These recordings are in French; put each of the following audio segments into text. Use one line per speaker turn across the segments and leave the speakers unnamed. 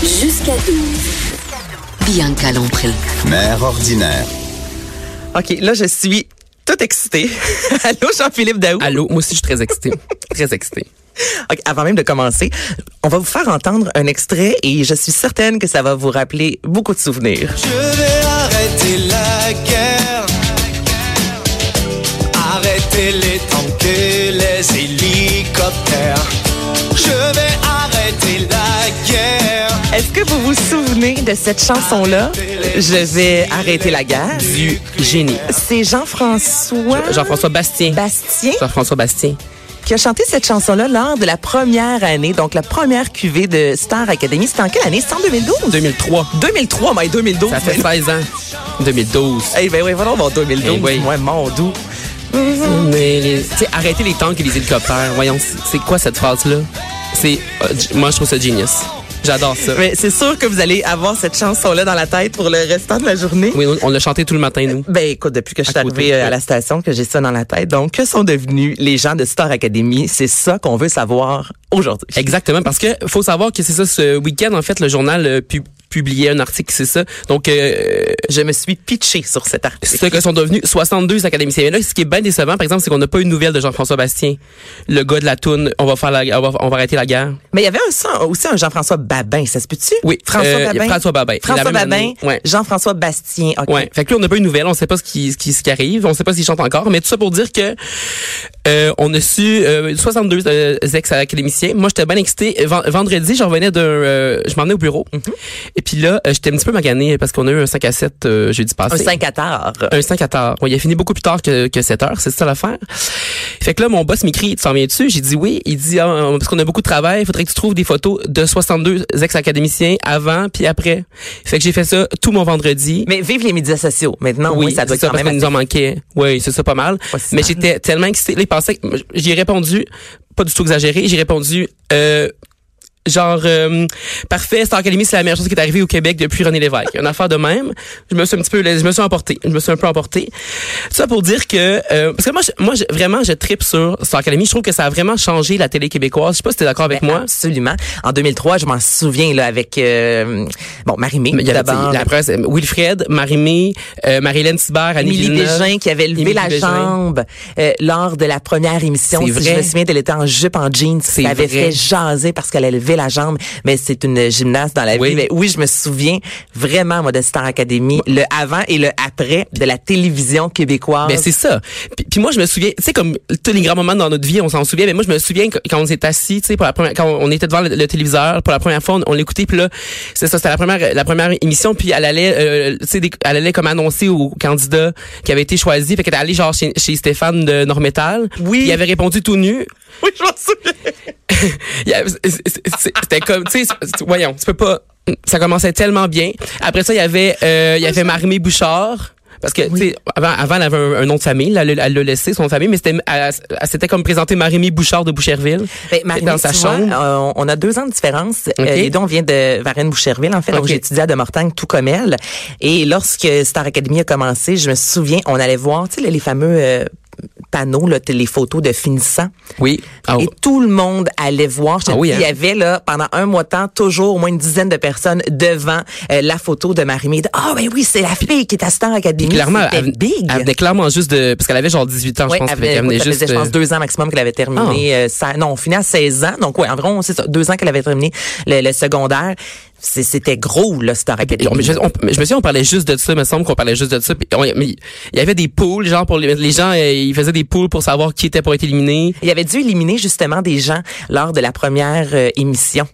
Jusqu'à 12. Bianca Lompré.
Mère ordinaire.
OK, là, je suis toute excitée. Allô, Jean-Philippe Daou.
Allô, moi aussi je suis très excitée. très excitée.
OK, avant même de commencer, on va vous faire entendre un extrait et je suis certaine que ça va vous rappeler beaucoup de souvenirs.
Je vais arrêter la guerre. Arrêter les tanks et les hélicoptères. Je vais arrêter la guerre.
Est-ce que vous vous souvenez de cette chanson-là? Je vais arrêter la guerre.
Du génie.
C'est Jean-François
Jean-François Bastien.
Bastien
Jean-François Bastien.
qui a chanté cette chanson-là lors de la première année, donc la première cuvée de Star Academy. C'était en quelle année? C'était en 2012?
2003.
2003, mais 2012.
Ça fait
ben-
16 ans. 2012.
Eh ben oui, voilà, bon, 2012.
Eh oui.
Ouais, mon doux.
Mais les- tu sais, arrêtez les tanks et les hélicoptères. Voyons, c'est c'est quoi cette phrase-là? C'est. euh, g- moi, je trouve ça genius. J'adore ça.
Mais c'est sûr que vous allez avoir cette chanson-là dans la tête pour le restant de la journée.
Oui, nous, on l'a chanté tout le matin, nous.
Ben écoute, depuis que je suis
À côté,
arrivée euh, à
ouais.
la station, que j'ai ça dans la tête. Donc, que sont devenus les gens de Star Academy? C'est ça qu'on veut savoir aujourd'hui.
Exactement, parce que faut savoir que c'est ça, ce week-end, en fait, le journal euh, pu- publiait un article, c'est ça. Donc, euh,
Je me suis pitchée sur cet article.
ce que sont devenus 62 académiciens. Mais là, ce qui est bien décevant, par exemple, c'est qu'on n'a pas eu de nouvelles de Jean-François Bastien, le gars de la toune. On va faire la, on va, on va arrêter la guerre.
Mais il y avait aussi un, aussi un Jean-François Babin, ça se peut-tu?
Oui,
François
euh,
Babin.
François Babin.
François
La même
Babin,
année. Ouais.
Jean-François Bastien. OK.
Ouais. Fait que là, on n'a pas eu de nouvelles. On sait pas ce qui, ce qui, ce qui arrive. On sait pas s'il chante encore. Mais tout ça pour dire que, euh, on a su, euh, 62 euh, ex-académiciens. Moi, j'étais bien excité. Ven- Vendredi, j'en revenais d'un, euh, je m'en venais au bureau.
Mhm.
Et puis là, euh, j'étais un petit peu magané parce qu'on a eu un 5 à 7, euh, jeudi
Un
passé.
5 à tard.
Un 5 à tard. Ouais, il a fini beaucoup plus tard que, que 7 heures, c'est ça l'affaire. Fait que là, mon boss m'écrit, tu t'en viens-tu? J'ai dit oui. Il dit, Ah, parce qu'on a beaucoup de travail, il faudrait que tu trouves des photos de 62 ex-académiciens avant puis après. Fait que j'ai fait ça tout mon vendredi.
Mais vive les médias sociaux. Maintenant, Ah oui, ça doit
c'est ça,
être quand
parce
même
qu'on nous en manquait. Oui, c'est ça, pas mal.
Pas si
Mais
mal.
j'étais tellement excitée. Là, il pensait que j'ai répondu, pas du tout exagéré, j'ai répondu, euh, genre, euh, parfait, Star Academy, c'est la meilleure chose qui est arrivée au Québec depuis René Lévesque. Une affaire de même. Je me suis un petit peu, laissé- je me suis emporté. Je me suis un peu emporté. Tout ça pour dire que, euh, parce que moi, je- moi, je- vraiment, je tripe sur Star Academy. Je trouve que ça a vraiment changé la télé québécoise. Je sais pas si t'es d'accord avec
Ben,
moi.
Absolument. En 2003, je m'en souviens là avec euh, bon Marie-Mé
Mais il y avait
d'abord.
la presse, euh, Wilfred, Marie-Mé, euh, Marie-Hélène Thibert, Annie
Émilie
Villeneuve.
Desjardins qui avait levé
Émilie
la
Bégin.
jambe euh, lors de la première émission.
C'est
Si
vrai.
Je me souviens, elle était en jupe, en jeans.
C'est
Ça avait
vrai.
fait jaser parce qu'elle a levé la jambe. Mais c'est une gymnaste dans la
Oui.
vie. Mais oui, je me souviens vraiment, moi, de Star Academy, le avant et le après de la télévision québécoise.
Ben c'est ça. Puis, puis moi je me souviens, tu sais comme tous les grands moments dans notre vie, on s'en souvient. Mais moi je me souviens que- quand on s'est assis, tu sais pour la première, quand on était devant le, le téléviseur pour la première fois, on, on l'écoutait puis là c'est ça, c'était la première la première émission puis elle allait, euh, tu sais des- elle allait comme annoncer aux candidats qui avaient été choisis. Fait qu'elle est allée genre chez, chez Stéphane de Normétal.
Oui.
Puis il avait répondu tout nu.
oui, je m'en souviens.
Il y avait- c'est- c'est- C'était comme, tu sais, c'est- voyons, tu peux pas. Ça commençait tellement bien. Après ça, il y avait, euh, il y avait Marmé Bouchard. Parce que, tu sais, avant, avant, elle avait un, un nom de famille, là, elle l'a- elle l'a laissé, son nom de famille, mais c'était, elle, elle s'était comme présentée Marie-Mé Bouchard de Boucherville.
Ben, Marie-Mé,
dans sa
tu vois,
chambre.
euh, on a deux ans de différence.
Ok.
Euh, les deux, on vient de Varennes Boucherville, en fait. Donc,
Ok.
j'ai étudié à de Mortagne, tout comme elle. Et lorsque Star Academy a commencé, je me souviens, on allait voir, tu sais, les fameux euh, panneaux, là, t- les photos de finissants.
Oui. Ah,
Et tout le monde allait voir. Je te
Ah oui,
dis, Il y
hein?
avait là pendant un mois de temps toujours au moins une dizaine de personnes devant euh, la photo de Marie-Mé. Ah ben oui, c'est la fille qui est à Star Academy.
clairement,
C'était
elle,
big.
elle venait clairement juste de, parce qu'elle avait genre 18 ans,
Ouais,
je pense,
elle
fait
venait-
qu'elle venait
ça faisait,
juste euh, Ah.
je pense,
de-
deux ans maximum qu'elle avait terminé. euh, ça- non, on finit à 16 ans. Donc, ouais, environ, c'est ça, deux ans qu'elle avait terminé le, le secondaire. C'est- C'était gros, là, Star
Et
Academy.
on- Ah, mais je, on- mais je me souviens, on parlait juste de ça, il me semble qu'on parlait juste de ça. puis on- mais il y avait des poules, genre pour les, les gens, euh, ils faisaient des poules pour savoir qui était pour être éliminé.
Il avait dû éliminer justement des gens lors de la première euh, émission.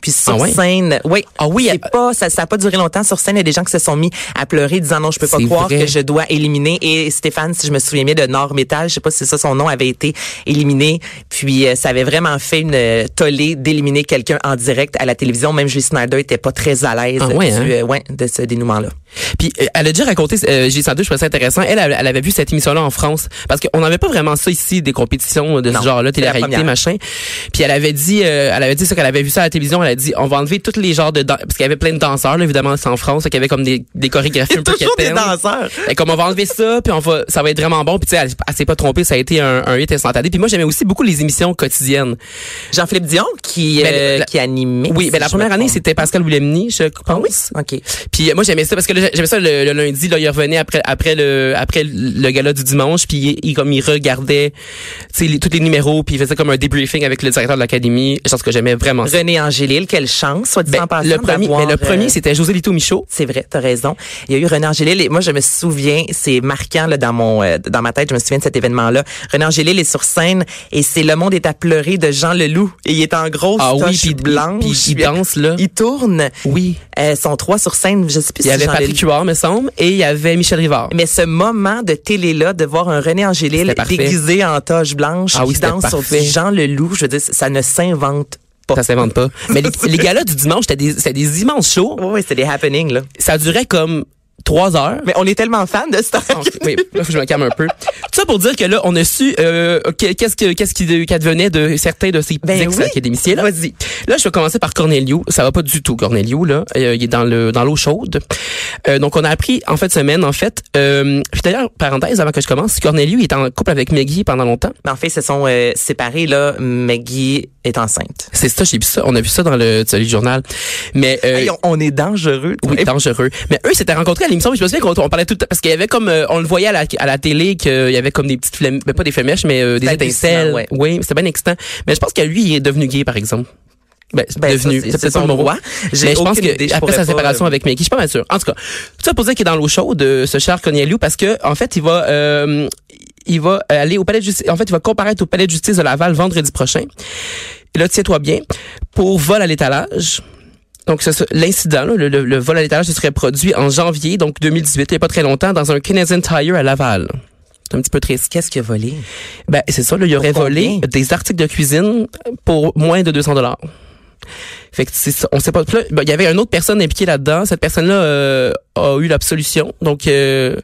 Puis sur
Ah ouais?
scène, oui,
Ah oui,
c'est
euh,
pas, ça n'a pas duré longtemps. Sur scène, il y a des gens qui se sont mis à pleurer, disant non, je peux pas
C'est
croire
vrai.
que je dois éliminer. Et Stéphane, si je me souviens bien, de Nord Metal, je sais pas si c'est ça son nom, avait été éliminé. Puis euh, ça avait vraiment fait une euh, tollée d'éliminer quelqu'un en direct à la télévision. Même Julie Snyder était pas très à l'aise
Ah ouais,
du,
hein?
euh, ouais, de ce dénouement-là.
Puis euh, elle a déjà raconté, euh, j'ai senti, je trouvais ça intéressant. Elle, elle, elle avait vu cette émission-là en France parce qu'on n'avait pas vraiment ça ici, des compétitions de
Non,
ce genre-là,
c'est la
télé-réalité,
première.
machin. Puis elle avait dit, euh, elle avait dit ça qu'elle avait vu ça à la télévision. Elle a dit, on va enlever tous les genres de dan- parce qu'il y avait plein de danseurs, là, évidemment, c'est en France, donc il y avait comme des, des chorégraphies un peu quétaines.
danseurs.
Et comme on va enlever ça, puis on va, ça va être vraiment bon. Puis tu sais, elle, elle s'est pas trompée, ça a été un, un hit instantané. Puis moi, j'aimais aussi beaucoup les émissions quotidiennes.
Jean-Philippe Dion qui,
Ben,
euh,
la-
qui animait.
oui, mais la
si je me
première année,
trompe. Ah
c'était Pascal Boulemny, je pense.
OK.
Puis euh, moi j'aimais ça parce que là, j'aimais ça le, le lundi là il revenait après après le après le gala du dimanche puis il, il- comme il regardait tu sais les- tous les numéros puis il faisait comme un débriefing avec le directeur de l'académie je pense que j'aimais vraiment ça.
René Angélil, quelle chance, soit dit
Ben,
en passant,
le premier
d'avoir,
mais le premier
euh,
c'était José Lito Michaud.
C'est vrai, t'as raison. Il y a eu René Angélil et moi je me souviens, c'est marquant là, dans mon euh, dans ma tête, je me souviens de cet événement-là. René Angélil est sur scène et c'est Le Monde est à pleurer de Jean Leloup et il est en grosse
Ah oui,
toche
puis
blanche.
puis il danse là.
Il tourne.
oui.
Euh, ils sont trois sur scène, je sais plus
Il y
si
avait
Jean
Patrick
Leloup-
Huard me semble et il y avait Michel Rivard.
mais ce moment de télé-là, de voir un René Angélil
C'était parfait.
déguisé en toge blanche
Ah oui,
qui
c'était
danse sur du
parfait.
Jean Leloup, je veux dire, ça ne s'invente pas.
Ça s'invente pas. Mais les, les galas du dimanche c'était des c'était des immenses shows.
Oui, oui, c'est des happenings, là.
Ça durait comme trois heures.
Mais on est tellement fan de Star
Ah, Ok, oui, là, faut que je me calme un peu. Tout ça pour dire que là, on a su euh, que- qu'est-ce que- qu'est-ce qui de- qu'advenait de certains de euh, ces
Ben oui.
ex-académiciens. Vas-y. Là, je vais commencer par Cornelio. Ça va pas du tout, Cornelio. Là, Euh, il est dans le dans l'eau chaude. Euh, donc, on a appris en fin de semaine, en fait. Euh, puis d'ailleurs, parenthèse avant que je commence, Cornelio est en couple avec Maggie pendant longtemps.
Mais En fait, ils se sont euh, séparés, là. Maggie est enceinte.
C'est ça, j'ai vu ça. On a vu ça dans le, dans le journal. Mais euh,
Hey, on, on est dangereux. toi.
Oui, ben,
Et-
dangereux. Mais eux, ils s'étaient rencontrés à l'émission. puis Je me souviens qu'on on parlait tout le temps- parce qu'il y avait comme euh, on le voyait à la, à la télé qu'il y avait comme des petites flammes, mais pas des flamèches, mais euh, des
C'était
étincelles.
hallucinant, ouais.
Oui, c'était bien excitant. Mais je pense que lui, il est devenu gay, par exemple. Ben, c'est
Ben, ça,
devenu.
c'est-
C'est
c'est
peut-être pas
son
le mot.
droit. J'ai
Mais je pense
aucune idée, je
que après
pourrais
sa
pas,
séparation
euh,
avec Mickey, je suis pas mal sûr. En tout cas, tout ça pour dire qu'il est dans l'eau chaude, euh, ce cher Corneliu, parce que en fait, il va. euh, il va euh, aller au palais de justice. En fait, il va comparaître au palais de justice de Laval vendredi prochain. Et là, tiens-toi bien. Pour vol à l'étalage, donc, ce- ce- l'incident, là, le, le- le vol à l'étalage, se serait produit en janvier, donc 2018, il n'y a pas très longtemps, dans un Canadian Tire à Laval. C'est un petit peu triste.
Qu'est-ce qu'il a volé?
Ben, c'est ça, là, il aurait
Pour
volé
combien?
des articles de cuisine pour moins de 200 dollars. Fait que c'est ça, on sait pas. Puis là, ben, Il y avait une autre personne impliquée là-dedans. Cette personne-là euh, a eu l'absolution, donc euh,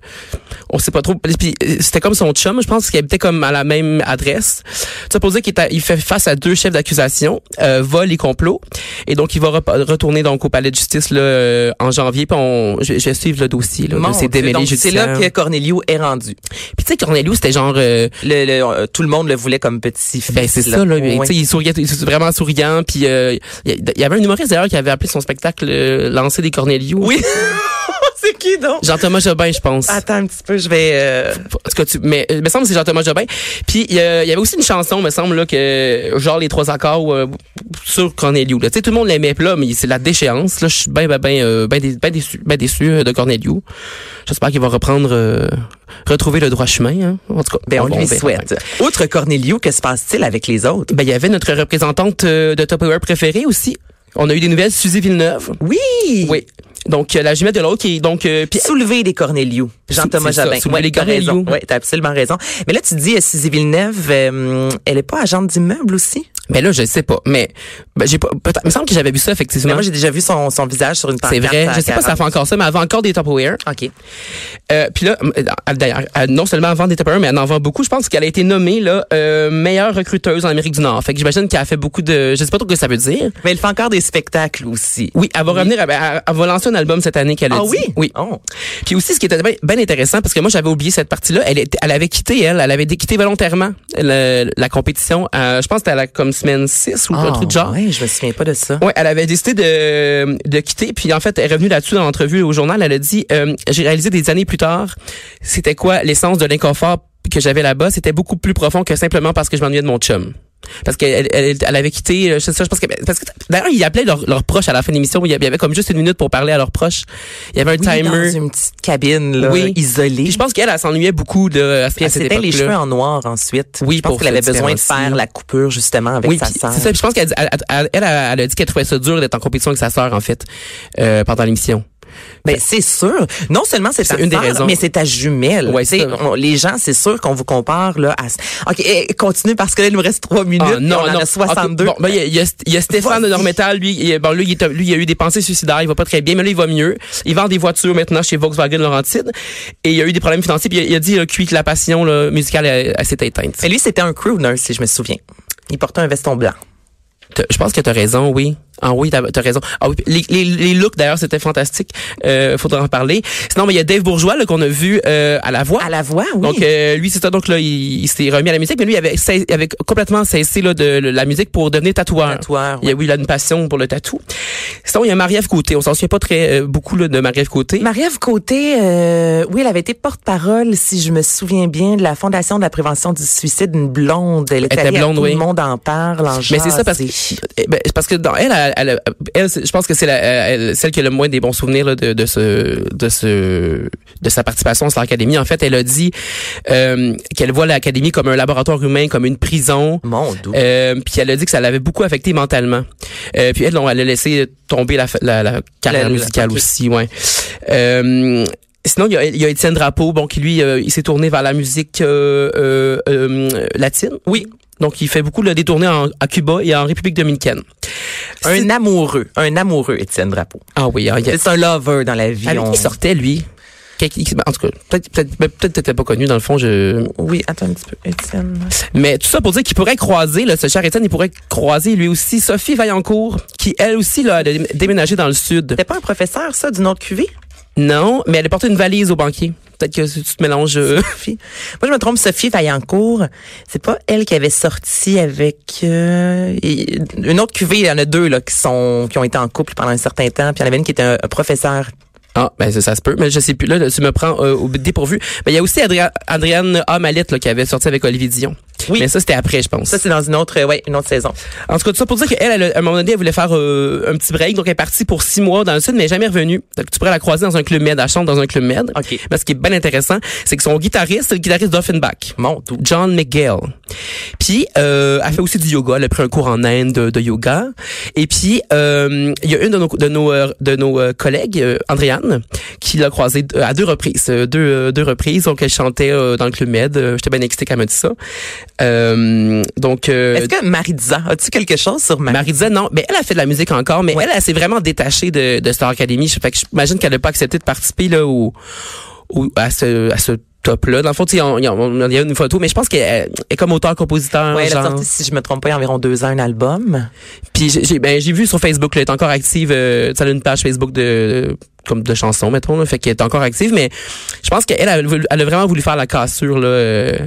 on sait pas trop. Puis euh, c'était comme son chum, je pense, qui habitait comme à la même adresse. Ça pour dire qu'il est à- il fait face à deux chefs d'accusation, euh, vol et complot, et donc il va rep- retourner donc au palais de justice là, euh, en janvier. Puis on, je, je vais suivre le dossier là,
Mon
de ces
Dieu,
démêlés
donc, C'est là
judiciaires.
que Cornelio est rendu.
Puis tu sais, Cornelius, c'était genre euh,
Le- le- euh, tout le monde le voulait comme petit fils.
Ben c'est ça là,
Oui.
mais tu sais il souriait, il était vraiment souriant puis euh, il y, il y avait un humoriste d'ailleurs qui avait appelé son spectacle euh, lancer des Cornelius.
Oui. Ah, c'est qui donc?
Jean-Thomas Jobin je pense.
Attends un petit peu, je vais... euh,
Est-ce que tu mais euh, me semble que c'est Jean-Thomas Jobin. Puis il y a- il y avait aussi une chanson me semble là que genre les trois accords euh, sur Cornelius. là. Tu sais tout le monde l'aimait là mais c'est la déchéance là je suis ben ben ben euh, ben, dé- ben déçu ben déçu euh, de Cornelius. J'espère qu'il va reprendre euh, retrouver le droit chemin hein. En tout cas,
ben, on, lui
verra.
souhaite. Outre Cornelio, que se passe-t-il avec les autres?
Ben, il y avait notre représentante euh, de Top Power préférée aussi. On a eu des nouvelles, Suzy Villeneuve.
Oui!
Oui. Donc, euh, la jumelle de l'autre qui est donc... euh, puis-
soulever les Cornelius. Jean-Thomas
C'est ça,
Jobin.
soulever
Ouais,
les
t'as
Cornelius.
raison. Ouais, t'as absolument raison. Mais là, tu dis, euh, Suzy Villeneuve, euh, elle est pas agente d'immeuble aussi?
Mais là, je sais pas. Mais ben, j'ai pas... peut-être- Il me semble que j'avais vu ça,
Mais
effectivement.
Ben, moi, j'ai déjà vu son, son visage sur une pancarte.
C'est vrai.
à
Je sais pas si ça fait
40.
encore ça, mais avant encore des Top Power.
OK.
Euh, puis là, euh, d'ailleurs, euh, non seulement avant des Top Power, mais elle en vend beaucoup. Je pense qu'elle a été nommée là euh, meilleure recruteuse en Amérique du Nord. Fait que j'imagine qu'elle a fait beaucoup de... Je sais pas trop ce que ça veut dire.
Mais elle fait encore des spectacles aussi.
Oui, elle va revenir, elle, elle- elle va lancer un album cette année qu'elle a
Ah
dit.
oui?
Oui.
Oh.
Puis aussi, ce qui était bien intéressant, parce que moi, j'avais oublié cette partie-là, elle, était- elle avait quitté, elle, elle avait dé- quitté volontairement le- la compétition. à- je pense que c'était à la comme semaine 6 ou un
Ah,
truc de genre.
Ouais, je me souviens pas de ça.
Ouais, elle avait décidé de, de quitter, puis en fait, elle est revenue là-dessus dans l'entrevue au journal. Elle a dit, euh, j'ai réalisé des années plus tard, c'était quoi l'essence de l'inconfort que j'avais là-bas, c'était beaucoup plus profond que simplement parce que je m'ennuyais de mon chum. Parce qu'elle elle, elle avait quitté, euh, je sais ça, je pense que, parce que d'ailleurs, ils appelaient leurs leurs proches à la fin de l'émission. Il y avait il y avait comme juste une minute pour parler à leurs proches. Il y avait un
Oui,
timer.
dans une petite cabine là,
Oui.
isolée.
Puis je pense qu'elle, elle s'ennuyait beaucoup de, à,
Puis
à
elle
cette
s'éteint les
époque-là.
cheveux en noir ensuite.
Oui,
je pense
pour
qu'elle avait
cette
besoin de
différence-ci.
faire la coupure justement avec
Oui,
sa
puis
sœur.
c'est ça. Puis je pense qu'elle dit- elle, elle, elle a elle a dit qu'elle trouvait ça dur d'être en compétition avec sa sœur en fait euh, pendant l'émission.
Ben c'est sûr. Non seulement c'est ta
une des
sœur,
raisons.
mais c'est ta jumelle.
Ouais,
Tu sais,
c'est ça.
on- les gens, c'est sûr qu'on vous compare là. À... Ok, eh, continue parce que là, il nous reste trois minutes.
Ah,
puis on en a 62.
Ok, bon, ben, il y a- il y, a- il y a Stéphane de
Vas-y.
Normétal, lui, il, est- bon, lui, il, est- lui, il a eu des pensées suicidaires, il va pas très bien, mais là, il va mieux. Il vend des voitures maintenant chez Volkswagen Laurentide. Et il y a eu des problèmes financiers, puis il a, il a dit, là, cuit, que la passion là, musicale, elle, elle s'est éteinte.
Mais lui, c'était un crooner, si je me souviens. Il portait un veston blanc.
T'as- Je pense que t'as raison, oui. Ah oui, t'as t'as raison. Ah oui, les, les, les looks, d'ailleurs, c'était fantastique. Euh, faudra en parler. Sinon, mais il y a Dave Bourgeois, là, qu'on a vu euh, à la voix.
À la voix, oui.
Donc euh, lui c'est ça donc là il, il s'est remis à la musique mais lui il avait, cessé- il avait complètement cessé là, de le- la musique pour devenir tatoueur.
Tatoueur,
Il y a oui, il a une passion pour le tatou. Sinon il y a Marie-Ève Côté, on s'en souvient pas très euh, beaucoup là, de Marie-Ève Côté.
Marie-Ève Côté, euh, oui, elle avait été porte-parole, si je me souviens bien, de la Fondation de la prévention du suicide, une blonde. Elle,
était
allée à
blonde,
tout
oui.
le monde en parle, en
mais c'est ça parce que
jaser.
eh ben, c'est parce que dans elle, elle, elle- elle, c'est- je pense que c'est la- elle- celle qui a le moins des bons souvenirs là, de, de ce de ce de sa participation à Star Academy. En fait, elle a dit euh, qu'elle voit l'académie comme un laboratoire humain, comme une prison.
Mon doux.
Euh, puis elle a dit que ça l'avait beaucoup affectée mentalement. Euh, puis elle, on, elle a laissé tomber la, fa- la, la carrière
La- la-
musicale
ok.
aussi, ouais. Euh, Sinon, il y a, il y a Étienne Drapeau, bon, qui lui, euh, il s'est tourné vers la musique euh, euh, euh, latine. Oui. Donc, il fait beaucoup le détourner en, à Cuba et en République dominicaine.
un amoureux, un amoureux, Étienne Drapeau.
Ah oui, ah, il y a-
C'est un lover dans la vie.
Avec
on-
qui sortait, lui? Quel- qui- qui- En tout cas, peut-être peut-être peut-être t'étais pas connu, dans le fond, je...
Oui, attends un petit peu, Étienne.
Mais tout ça pour dire qu'il pourrait croiser, là, ce cher Étienne, il pourrait croiser lui aussi Sophie Vaillancourt, qui elle aussi là, elle a dé- déménagé dans le sud.
C'était pas un professeur, ça, d'une autre cuvée?
Non, mais elle a porté une valise au banquier. Peut-être que tu te mélanges. euh,
Sophie. Moi, je me trompe, Sophie Vaillancourt, c'est pas elle qui avait sorti avec euh, et- une autre cuvée. Il y en a deux là qui sont qui ont été en couple pendant un certain temps. Puis il y en avait une qui était un, un professeur.
Ah, ben ça, ça se peut, mais je sais plus. Là, là, tu me prends euh, au dépourvu. Mais il y a aussi Adria- Adrienne Amalette là, qui avait sorti avec Olivier Dion.
Oui.
Mais ça, c'était après, je pense.
Ça, c'est dans une autre, euh, ouais, une autre saison.
En tout cas, tout ça pour dire qu'elle, elle, à un moment donné, elle voulait faire euh, un petit break, donc elle est partie pour six mois dans le sud, mais jamais revenue. Donc tu pourrais la croiser dans un club med, elle chante dans un club med.
OK.
Mais ce qui est bien intéressant, c'est que son guitariste, c'est le guitariste d'Offenbach.
Mon doux.
John McGill. Puis, euh, elle fait aussi du yoga. Elle a pris un cours en Inde de, de yoga. Et puis, euh, il y a une de nos, de nos, euh, de nos euh, collègues, euh, Andréane, qui l'a croisée euh, à deux reprises. euh, Deux, euh, deux reprises. Donc, elle chantait euh, dans le Club Med. Euh, J'étais bien excitée quand elle m'a dit ça. Euh, donc... euh,
Est-ce que Maritza, as-tu quelque chose sur Marie?
Marie disait non, mais elle a fait de la musique encore, mais
Ouais.
elle, elle s'est vraiment détachée de, de Star Academy. Je- Fait que j'imagine qu'elle n'a pas accepté de participer là au, au- à ce à ce top là. Dans le fond, tu sais, on- on- il y a une photo, mais je pense qu'elle elle est comme auteur compositeur.
Ouais, elle a
genre.
sorti, si je me trompe pas, il y a environ deux ans, un album.
Puis j'ai j'ai- ben, j'ai vu sur Facebook, là, elle est encore active. euh, tu sais, elle a une page Facebook de euh, comme de chansons, mettons. Là, fait qu'elle est encore active, mais je pense qu'elle elle a, voulu- elle a vraiment voulu faire la cassure là, euh,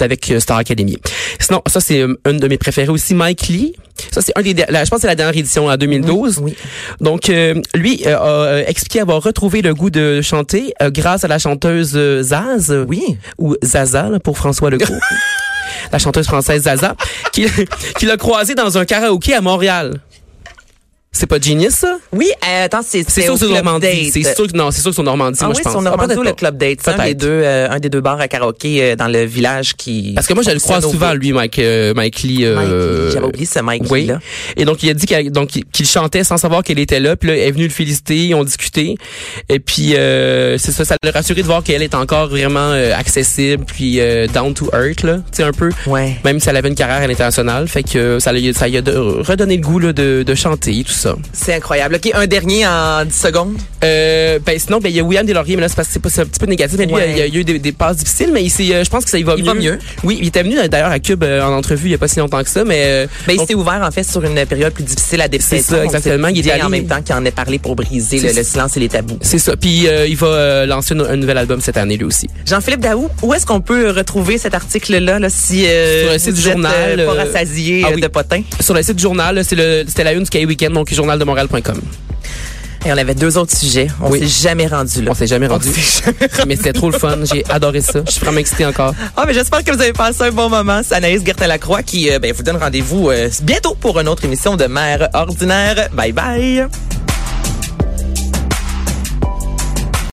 avec euh, Star Academy. Sinon, ça c'est euh, une de mes préférées aussi, Mike Lee. Ça c'est un des, la- je pense que c'est la dernière édition en 2012.
Oui.
Donc, euh, lui euh, a euh, expliqué avoir retrouvé le goût de chanter euh, grâce à la chanteuse euh, Zaz. euh,
Oui.
Ou Zaza, là, pour François Legault. la chanteuse française Zaza, qui, qui l'a croisé dans un karaoké à Montréal. C'est pas génial ça?
Oui, euh, attends, c'est c'est
C'est sûr
au
que c'est
Club
Normandie.
Date.
C'est sûr que non, c'est sûr que c'est au Normandie,
Ah
moi,
oui,
je pense.
sur
Ah,
Normandie
peut-être
ou le
pas.
Club Date, c'est un des
Peut-être.
deux, euh, un des deux bars à karaoké euh, dans le village qui.
Parce que moi, je le croise
fonctionne au
souvent, lui, Mike, euh, Mike Lee. euh,
Mike Lee. J'avais oublié ce Mike
oui.
Lee-là.
Et donc, il a dit qu'elle- donc, qu'il chantait sans savoir qu'elle était là. Puis là, elle est venue le féliciter, ils ont discuté. Et puis, euh, c'est ça, ça l'a rassuré de voir qu'elle est encore vraiment euh, accessible, puis euh, down to earth, là, tu sais, un peu.
Ouais.
Même si elle avait une carrière à l'international. Fait que euh, ça lui ça lui a de- redonné le goût là, de, de chanter, tout ça.
C'est incroyable. OK, un dernier en 10 secondes.
Euh, ben sinon, ben il y a William Delorier, mais là c'est parce que c'est pas- c'est un petit peu négatif. Mais lui,
Ouais.
il y a, il y a eu des, des passes difficiles, mais il s'est, euh, je pense que ça y va
Il
mieux.
va mieux.
Oui, il était venu euh, d'ailleurs à Cube euh, en entrevue il y a pas si longtemps que ça, mais euh,
Ben, il
donc,
s'est ouvert, en fait, sur une période plus difficile à dépression.
C'est ça, exactement. Il est
Il est
allé-
en même temps qu'il en est parlé pour briser le,
C'est-
le silence et les tabous.
c'est ça. Puis euh, il va euh, lancer un- un nouvel album cette année lui aussi.
Jean-Philippe Daou, où est-ce qu'on peut retrouver cet article-là, là, si, euh,
Sur le
vous
site du
êtes,
journal,
euh, pas
euh,
rassasié
ah
euh,
oui.
de potin?
Sur le site du journal, là, c'est le c'était la une du Sky Weekend, donc journaldemontréal.com.
Et on avait deux autres sujets. On
Oui.
s'est jamais rendu là.
On s'est jamais rendu. Mais c'était trop le fun. J'ai adoré ça. Je suis vraiment excitée encore.
Ah, mais j'espère que vous avez passé un bon moment. C'est Anaïs Gertin-Lacroix qui euh, ben, vous donne rendez-vous euh, bientôt pour une autre émission de Mère ordinaire. Bye bye.